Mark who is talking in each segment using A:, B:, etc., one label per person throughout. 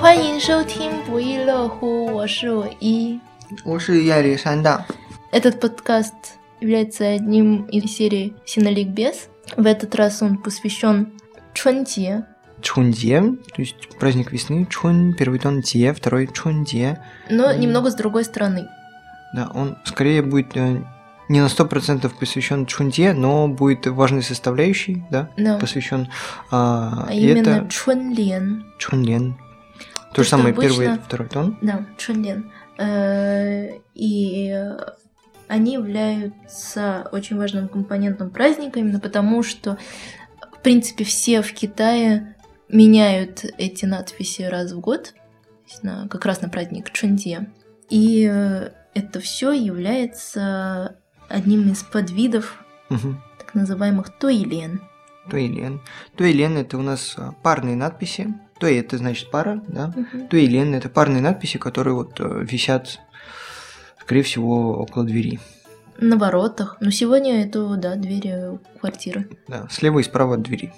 A: 欢迎收听不亦乐乎，我是我一。
B: 我是亚历山大。
A: Этот подкаст является одним из серии «Синоликбез». В этот раз он посвящен Чунде.
B: Чунде, то есть праздник весны, чун, первый тон те, второй чунде.
A: но
B: Мгм.
A: немного с другой стороны.
B: Да, он скорее будет э, не на 100% посвящен чунде, но будет важной составляющей, да,
A: Да.
B: посвящен. а,
A: А
B: и
A: именно
B: это
A: Чунлен.
B: чунлен.
A: То
B: То
A: есть
B: же самое, первый
A: обычно-
B: и второй тон.
A: Да, Чунлен. Э, И э, они являются очень важным компонентом праздника, именно потому что, в принципе, все в Китае меняют эти надписи раз в год, то есть на, как раз на праздник Чунде. И э, это все является одним из подвидов
B: Мгм.
A: так называемых тойлен.
B: Туэлен. Туэлен это у нас а, парные надписи. Туэ это значит пара, да.
A: Мгм.
B: Туэлен это парные надписи, которые вот э, висят, скорее всего, около двери.
A: На воротах. Но сегодня это, да, двери квартиры.
B: Да, слева и справа от двери.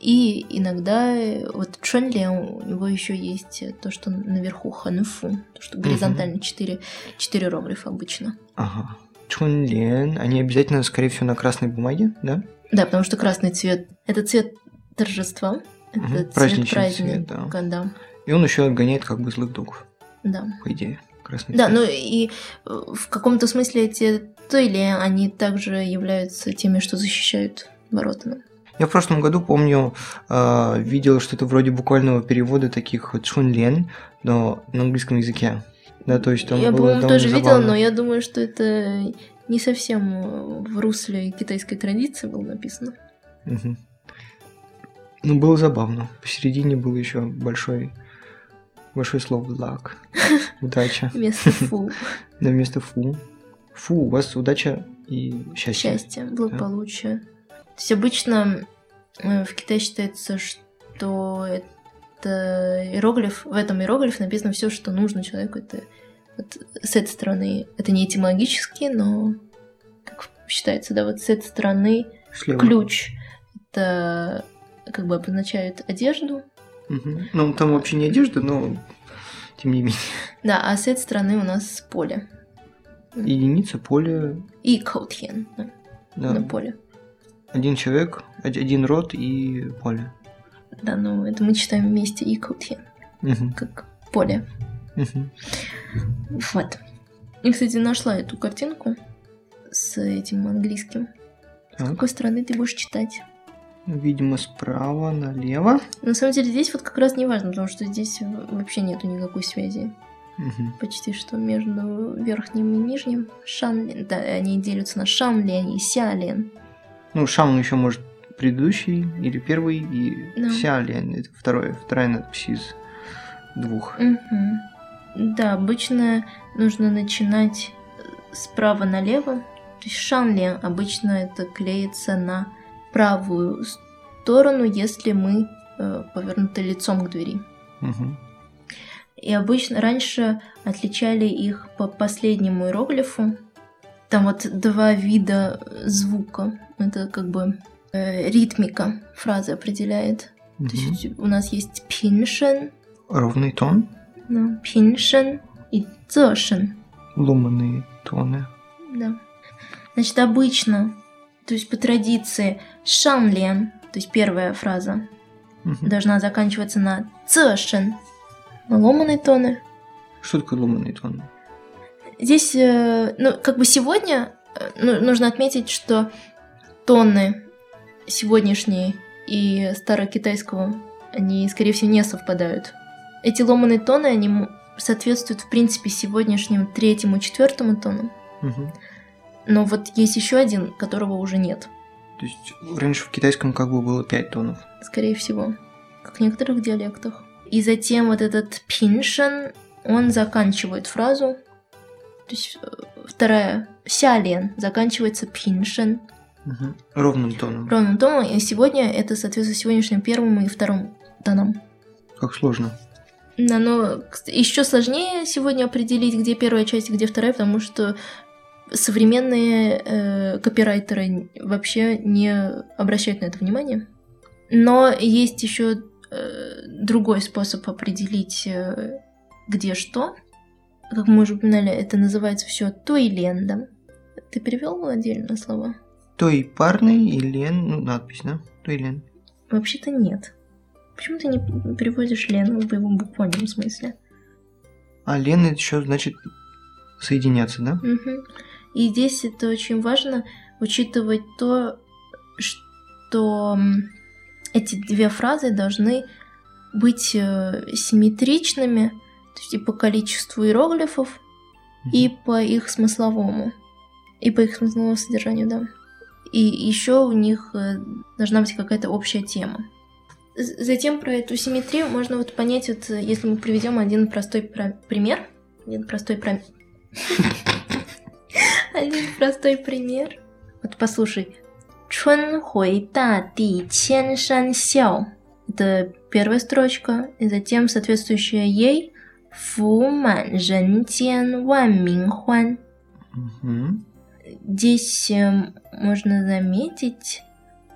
A: И иногда э, вот Чонли, у него еще есть э, то, что наверху ханфу, то, что горизонтально четыре четыре иероглифа обычно.
B: Ага. Чунлен. Они обязательно, скорее всего, на красной бумаге, да?
A: Да, потому что красный цвет — это цвет торжества, это
B: Мгм,
A: цвет
B: праздничный
A: праздника,
B: цвет, да.
A: да.
B: И он еще отгоняет как бы злых духов,
A: да.
B: по идее. Красный
A: Да,
B: цвет.
A: ну и э, в каком-то смысле эти или они также являются теми, что защищают ворота. ну.
B: Я в прошлом году, помню, э, видел что-то вроде буквального перевода таких вот Чунлен, но на английском языке. Да, то есть он
A: я,
B: был
A: по-моему,
B: довольно
A: тоже видела,
B: забавно.
A: но я думаю, что это не совсем э, в русле китайской традиции было написано.
B: Мгм. Ну, было забавно. Посередине был еще большой, большой слово лак. Удача.
A: Вместо фу.
B: Да, вместо фу. Фу, у вас удача и счастье.
A: счастья, благополучия. То есть обычно э, в Китае считается, что это иероглиф, в этом иероглифе написано все, что нужно человеку. Это вот с этой стороны, это не этимологически, но как считается, да, вот с этой стороны
B: Слева.
A: ключ это как бы обозначает одежду,
B: Мгм. Ну, там вообще не одежда, но тем не менее.
A: да, а с этой стороны у нас поле
B: Единица, поле,
A: и каутхен да,
B: да.
A: на поле.
B: Один человек, од- один род и поле.
A: Да, ну это мы читаем вместе и каутхен
B: Мгм.
A: как поле.
B: Мгм.
A: Вот. Я, кстати, нашла эту картинку с этим английским. С
B: Так.
A: какой стороны ты будешь читать?
B: Видимо, справа налево.
A: На самом деле здесь вот как раз не важно, потому что здесь в- вообще нету никакой связи.
B: Мгм.
A: Почти что между верхним и нижним. Шанлин, да, они делятся на шанлин и сялин.
B: Ну, Шам еще может предыдущий или первый, и
A: Да.
B: Сиалиан это второе, вторая надпись из двух.
A: Мгм. Да, обычно нужно начинать э, справа налево. То есть шанлин обычно это клеится на правую сторону, если мы э, повернуты лицом к двери.
B: Мгм.
A: И обычно раньше отличали их по последнему иероглифу. Там вот два вида э, звука. Это как бы э, ритмика фразы определяет. То
B: Мгм.
A: есть у нас есть пиншен,
B: Ровный тон,
A: да, пиншен и цешен.
B: ломаные тоны.
A: Да. Значит, обычно, то есть по традиции, шанлен, то есть первая фраза,
B: Мгм.
A: должна заканчиваться на цешен, на ломаные тоны.
B: Что такое ломаные тоны?
A: Здесь, э, ну, как бы сегодня э, ну, нужно отметить, что тонны сегодняшние и старокитайского, они, скорее всего, не совпадают. Эти ломаные тонны, они м- соответствуют, в принципе, сегодняшним третьему, четвертому тону.
B: Мгм.
A: Но вот есть еще один, которого уже нет,
B: То есть раньше в китайском как бы было пять тонов.
A: скорее всего, как в некоторых диалектах. И затем вот этот пиншен, он заканчивает фразу. То есть э, вторая сялен заканчивается пиншен.
B: Мгм. Ровным тоном.
A: ровным тоном, и э, сегодня это соответствует сегодняшним первому и второму тонам.
B: Как сложно.
A: Да, но еще сложнее сегодня определить, где первая часть, где вторая, потому что современные э, копирайтеры н- вообще не обращают на это внимания. Но есть еще э, другой способ определить, э, где что. Как мы уже упоминали, это называется все Тойленда. Ты перевел отдельно слова?
B: Той парный и Лен, ну, надпись, да? Той Лен.
A: Вообще-то нет. Почему ты не переводишь Лену в его буквальном смысле?
B: А Лен это еще значит соединяться, да?
A: Мгм. И здесь это очень важно учитывать то, что м, эти две фразы должны быть э, симметричными, то есть и по количеству иероглифов, и по их смысловому, и по их смысловому содержанию, да. И еще у них э, должна быть какая-то общая тема. З- Затем про эту симметрию можно вот понять, вот, э, если мы приведем один простой пра- пример. Один простой про- Один простой пример. Вот послушай. Чун хуй та ти чен шан сяо. Это первая строчка, и затем соответствующая ей –福满人间万民欢。
B: Мгм.
A: Здесь э, можно заметить,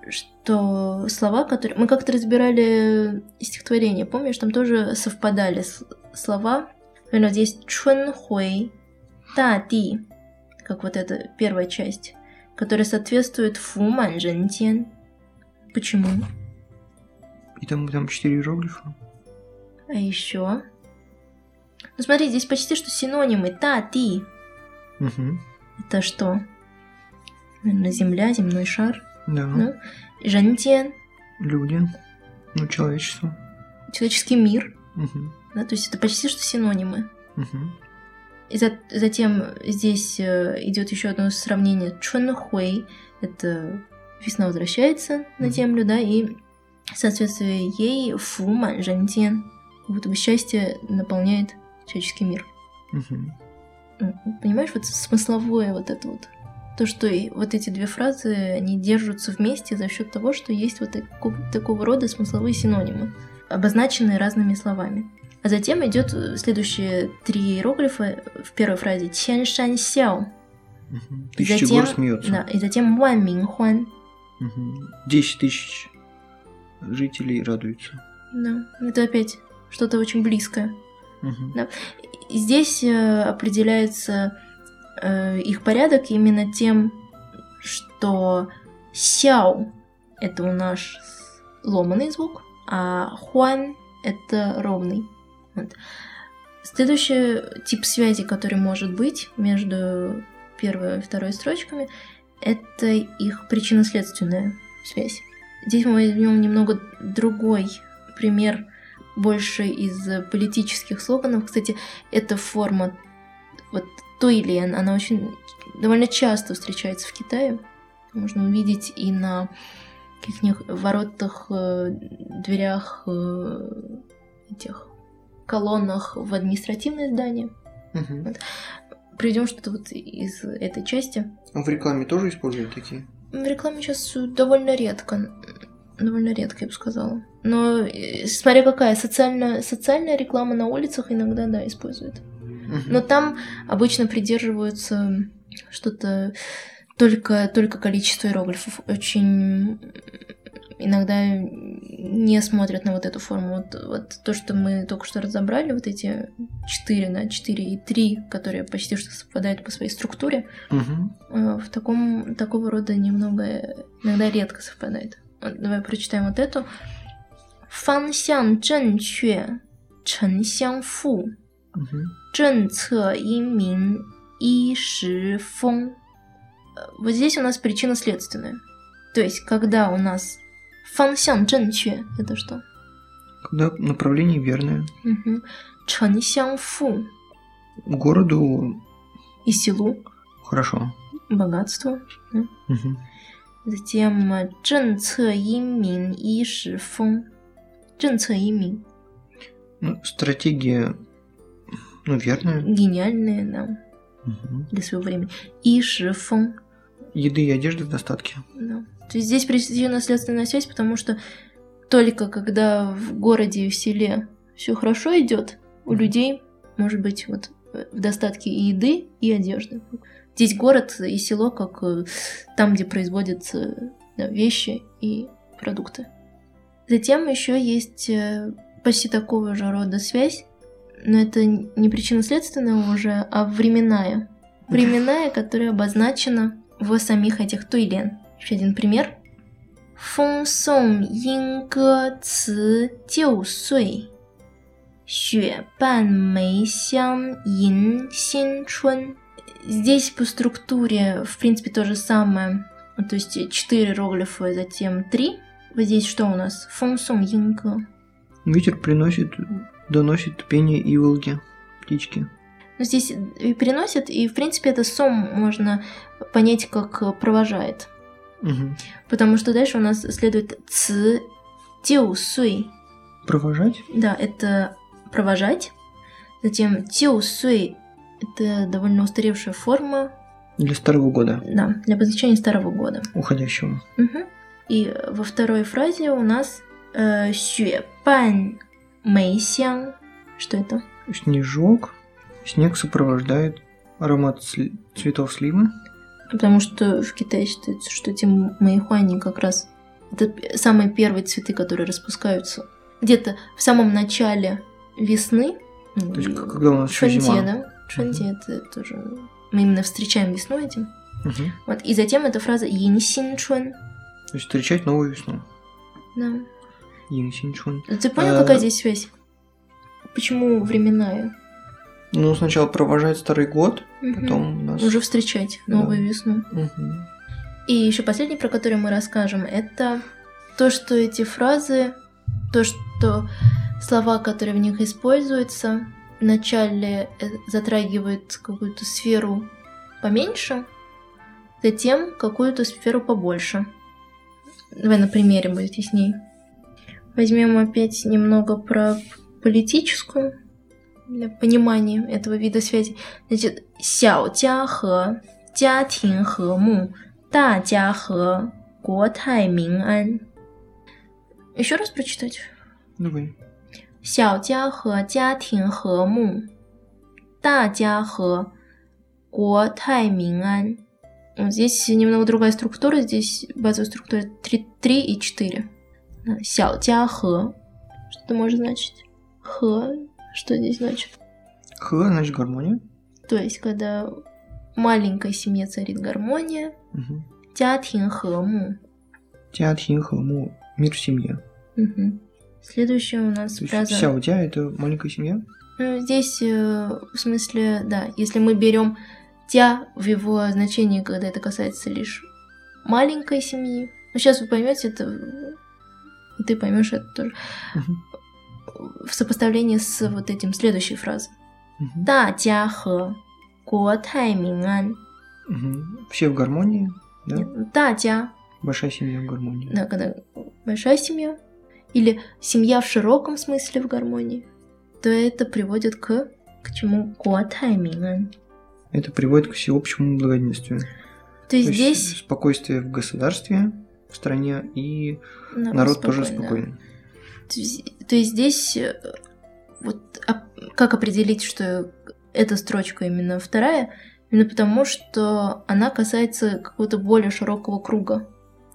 A: что слова, которые... Мы как-то разбирали стихотворение, помнишь, там тоже совпадали с- слова. Например, здесь «чун хуэй та ти», как вот эта первая часть, которая соответствует «фу ман жэн тян». Почему?
B: И там, там четыре иероглифа.
A: А еще... Ну смотри, здесь почти что синонимы «та», «ти».
B: Мгм.
A: Это что? Наверное, земля, земной шар.
B: Да.
A: Ну, Жантен,
B: Люди. Ну, человечество.
A: человеческий мир.
B: Мгм.
A: Да, то есть это почти что синонимы.
B: Мгм.
A: И за- затем здесь идет еще одно сравнение. Чунхуэй – это весна возвращается на
B: Мгм.
A: землю, да, и соответствие ей фума, жантен. Как будто бы счастье наполняет человеческий мир.
B: Мгм.
A: Ну, Понимаешь, вот смысловое вот это вот. То, что и вот эти две фразы, они держатся вместе за счет того, что есть вот таку- такого рода смысловые синонимы, обозначенные разными словами. А затем идет э, следующие три иероглифа в первой фразе «чен шан сяо»,
B: Мгм. Тысячи
A: Затем-
B: гор смеются.
A: да, и затем «ван мин хуан».
B: Мгм. Десять тысяч жителей радуются.
A: Да, это опять что-то очень близкое.
B: Мгм.
A: Да. И Здесь э, определяется э, их порядок именно тем, что сяо – это у нас ломаный звук, а хуан – это ровный. Вот. Следующий тип связи, который может быть между первой и второй строчками, это их причинно-следственная связь. Здесь мы возьмем немного другой пример больше из э, политических слоганов. Кстати, эта форма вот Тойлен, она очень довольно часто встречается в Китае. Можно увидеть и на каких-нибудь воротах, э, дверях, э, этих колоннах в административные здания.
B: Мгм.
A: Приведем что-то вот из этой части.
B: А в рекламе тоже используют такие?
A: В рекламе сейчас довольно редко. н- Довольно редко, я бы сказала. Но э, смотря какая, социальная, социальная реклама на улицах иногда, да, используют.
B: Мгм.
A: Но там обычно придерживаются что-то только, только количество иероглифов. Очень иногда не смотрят на вот эту форму. Вот, вот то, что мы только что разобрали, вот эти 4 на 4 и 3, которые почти что совпадают по своей структуре,
B: Мгм.
A: Э, в таком такого рода немного э, иногда редко совпадает. Вот, давай прочитаем вот эту. Фан сян чэн чуэ, чэн сян фу,
B: Мгм.
A: чэн цэ и мин, и ши фэн». Э, Вот здесь у нас причина следственная. То есть, когда у нас фан сян чэн чуэ, это что?
B: Когда направление верное.
A: Мгм. Чэн сян фу
B: Городу
A: и селу,
B: хорошо.
A: богатству.
B: Мгм.
A: Затем э, 政策英明衣食丰.政策英明.
B: Ну, стратегия, ну, верная.
A: Гениальные, да,
B: Мгм.
A: для своего времени. Ишифон.
B: Еды и одежды в достатке.
A: Да. То есть здесь причинно-следственная связь, потому что только когда в городе и в селе все хорошо идет, у
B: Мгм.
A: людей может быть вот э, в достатке и еды, и одежды. Здесь город и село как э, там, где производятся да, вещи и продукты. Затем еще есть э, почти такого же рода связь, но это не причинно-следственная уже, а временная. Временная, которая обозначена в самих этих туйлен. Еще один пример. Фон сон ин гэ ци тяу суй. Xuе бан мэй сян ин син чун. Здесь по структуре, в принципе, то же самое. Ну, То есть 4 иероглифа, затем 3. Вот здесь что у нас? Фон сон ин гэ.
B: Ветер приносит, доносит пение иволги, птички.
A: Ну, здесь и переносят, и, в принципе, это сом можно понять как э, провожает.
B: Мгм.
A: Потому что дальше у нас следует ц, тиу, суй.
B: Провожать?
A: Да, это провожать. Затем тиу, суй. Это довольно устаревшая форма,
B: Для старого года
A: да, для обозначения старого года.
B: уходящего.
A: Мгм. И во второй фразе у нас э, «Сюэ пан мэй сян». Что это?
B: Снежок. Снег сопровождает аромат сли- цветов сливы.
A: Потому что в Китае считается, что эти мэйхуани как раз это п- самые первые цветы, которые распускаются. Где-то в самом начале весны.
B: То есть, к- когда у нас еще зима.
A: да? Чунде это тоже... Мы именно встречаем весной этим.
B: Мгм.
A: Вот. И затем эта фраза «Ин син чун».
B: То есть встречать новую весну.
A: Да. Ну,
B: Ин Синчун.
A: Ты понял,
B: Э,
A: какая здесь связь? Почему временная?
B: Ну, сначала провожать старый год,
A: Мгм.
B: потом у нас...
A: Уже встречать новую
B: Да.
A: весну.
B: Мгм.
A: И еще последний, про который мы расскажем, это то, что эти фразы, то, что слова, которые в них используются, вначале э, затрагивают какую-то сферу поменьше, затем какую-то сферу побольше. Давай на примере будет ясней. Возьмем опять немного про политическую для понимания этого вида связи. Значит, сяо тя хэ, тя тин хэ му, 大家和国泰民安. Еще раз прочитать.
B: Давай.
A: 小家和家庭和睦，大家和国泰民安. Вот Ну, Здесь немного другая структура, здесь базовая структура 3, и 4. Да, 小家和. Что это может значить? Хэ. Что здесь значит?
B: Х, значит, гармония.
A: То есть, когда в маленькой семье царит гармония,
B: Мгм.
A: 家庭和睦.
B: Тя Тхин Хэ Му. Мир в семье.
A: Мгм. Следующая у нас
B: То есть
A: фраза.
B: Сяо Тя – это маленькая семья.
A: Ну, здесь, э, в смысле, да, если мы берем тя в его значении, когда это касается лишь маленькой семьи. Ну, сейчас вы поймете это, и ты поймешь это тоже.
B: Мгм.
A: В сопоставлении с вот этим следующей фразой.
B: Мгм.
A: Да, тя хэ, го тай
B: Мгм. Все в гармонии, да?
A: Да, тя,
B: Большая семья в гармонии.
A: да, когда большая семья, или семья в широком смысле в гармонии, то это приводит к, к чему? Го тай
B: Это приводит к всеобщему благоденствию.
A: То есть
B: То есть
A: здесь
B: спокойствие в государстве, в стране, и
A: народ,
B: народ тоже
A: спокойно.
B: спокойный.
A: То есть- то есть здесь э, вот оп- как определить, что эта строчка именно вторая? Именно потому, что она касается какого-то более широкого круга,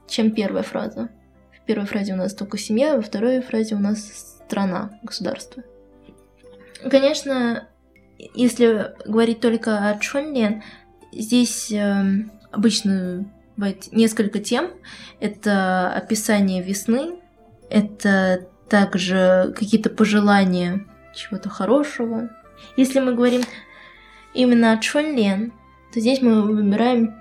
A: чем первая фраза. В первой фразе у нас только семья, во второй фразе у нас страна, государство. Конечно, если говорить только о Чунлен, здесь эм, обычно бывает несколько тем. Это описание весны, это также какие-то пожелания чего-то хорошего. Если мы говорим именно о Чунлен, то здесь мы выбираем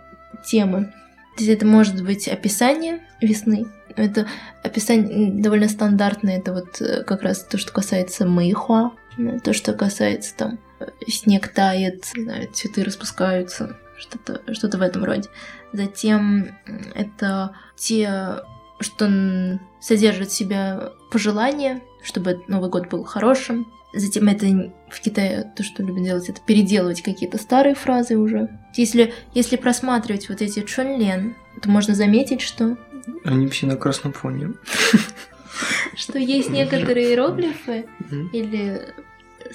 A: темы. То есть это может быть описание весны. Это описание м, довольно стандартное. Это вот э, как раз то, что касается мэйхуа, э, то, что касается там э, снег тает, не знаю, цветы распускаются, что-то что в этом роде. Затем м, это те что н- содержит в себя пожелание, чтобы Новый год был хорошим. Затем это н- в Китае то, что любят делать, это переделывать какие-то старые фразы уже. Если, если просматривать вот эти чунлен, то можно заметить, что,
B: Они все на красном фоне.
A: что есть некоторые иероглифы
B: Мгм.
A: или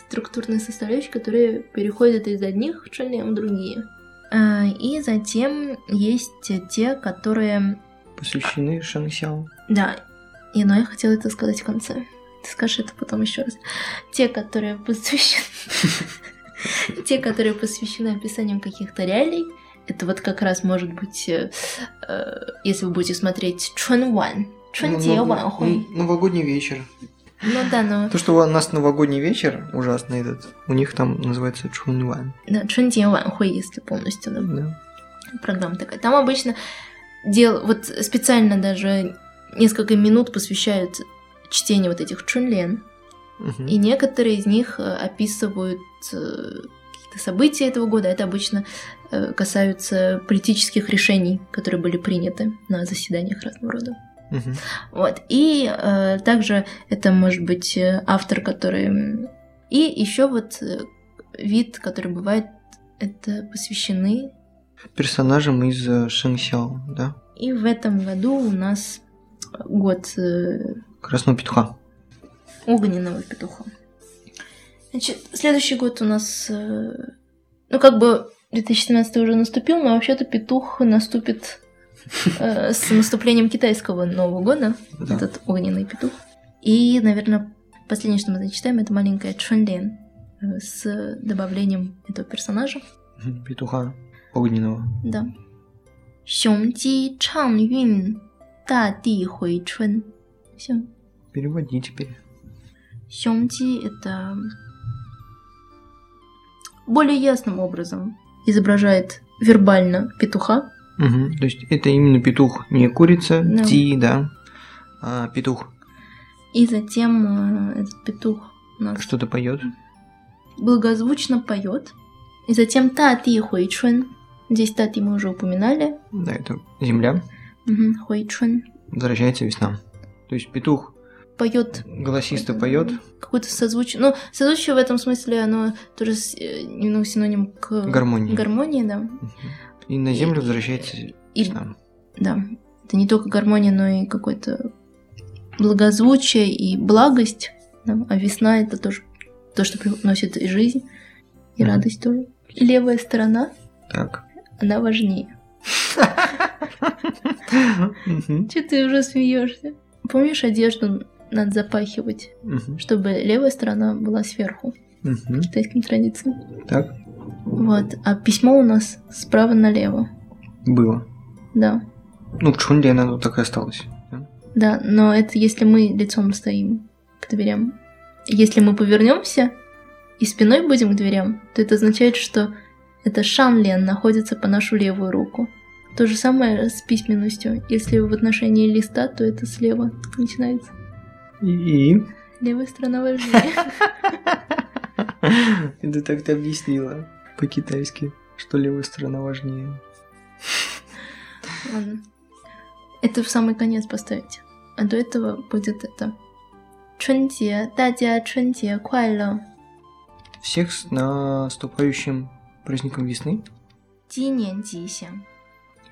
A: структурные составляющие, которые переходят из одних чунлен в другие. А, И затем есть те, которые
B: Посвящены Шансяо.
A: Да, И, но я хотела это сказать в конце. Ты скажешь это потом еще раз. Те, которые посвящены... Те, которые посвящены описаниям каких-то реалий, это вот как раз может быть, э, э, если вы будете смотреть Чун Ван,
B: Ну,
A: Чун Те Ван Хуй.
B: Новогодний вечер.
A: Ну да, но
B: То, что у нас новогодний вечер, ужасно этот, у них там называется Чунван.
A: да, Чун Те Ван Хуй, если полностью, да,
B: Да.
A: программа такая. Там обычно дел, вот специально даже несколько минут посвящают чтению вот этих чунлен.
B: Мгм.
A: И некоторые из них э, описывают э, какие-то события этого года. Это обычно э, касаются политических решений, которые были приняты на заседаниях разного рода.
B: Мгм.
A: Вот. И э, также это может быть э, автор, который... м, И еще вот э, вид, который бывает, это посвящены.
B: Персонажем из э, Шэньсяо, да?
A: И в этом году у нас год э,
B: Красного петуха.
A: огненного петуха. Значит, следующий год у нас, э, ну как бы 2017 уже наступил, но вообще-то петух наступит э, с наступлением китайского Нового года,
B: Да.
A: этот огненный петух. И, наверное, последнее, что мы зачитаем, это маленькая Чунлин э, с добавлением этого персонажа.
B: Мгм. Петуха огненного.
A: Да. 雄鸡唱韵，大地回春。雄
B: Переводи теперь.
A: Сёмти — это более ясным образом изображает вербально петуха.
B: Мгм. То есть это именно петух, не курица,
A: Да.
B: ти, да, а петух
A: И затем э, этот петух у нас
B: что-то поет.
A: благозвучно поет. И затем Тати Хуйчун. Здесь Тати мы уже упоминали.
B: Да, это земля.
A: Мгм, Хуйчун.
B: Возвращается весна. То есть петух
A: Поет
B: голосисто поет,
A: какое-то созвучие. э, Ну, созвучие в этом смысле, оно тоже с- э, ну, синоним к
B: гармония.
A: гармонии, да.
B: И на землю возвращается
A: И
B: весна.
A: Да, это не только гармония, но и какое-то благозвучие и благость. да. А весна это тоже то, что приносит и жизнь, и
B: Мгм.
A: радость тоже. Левая сторона,
B: Так.
A: она важнее.
B: Мгм.
A: Че ты уже смеешься? Помнишь, одежду надо запахивать,
B: Мгм.
A: чтобы левая сторона была сверху, в
B: Мгм.
A: китайским традициям.
B: Так,
A: Вот. А письмо у нас справа налево.
B: было.
A: Да.
B: Ну, в Чунде она вот так и осталась. да?
A: Да, но это если мы лицом стоим к дверям. Если мы повернемся и спиной будем к дверям, то это означает, что это шанлен находится по нашу левую руку. То же самое с письменностью. Если в отношении листа, то это слева начинается.
B: И...
A: Левая сторона важнее.
B: Ты так ты объяснила по-китайски, что левая сторона важнее.
A: Ладно. Это в самый конец поставить. А до этого будет это. 春节，大家春节快乐！
B: Всех с наступающим праздником весны.
A: 鸡年吉祥！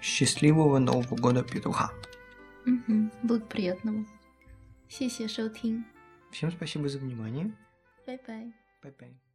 B: Счастливого Нового года, петуха.
A: Угу, 嗯 благоприятного. 谢谢收听，
B: Всем спасибо за внимание.
A: 拜拜。
B: Bye-bye.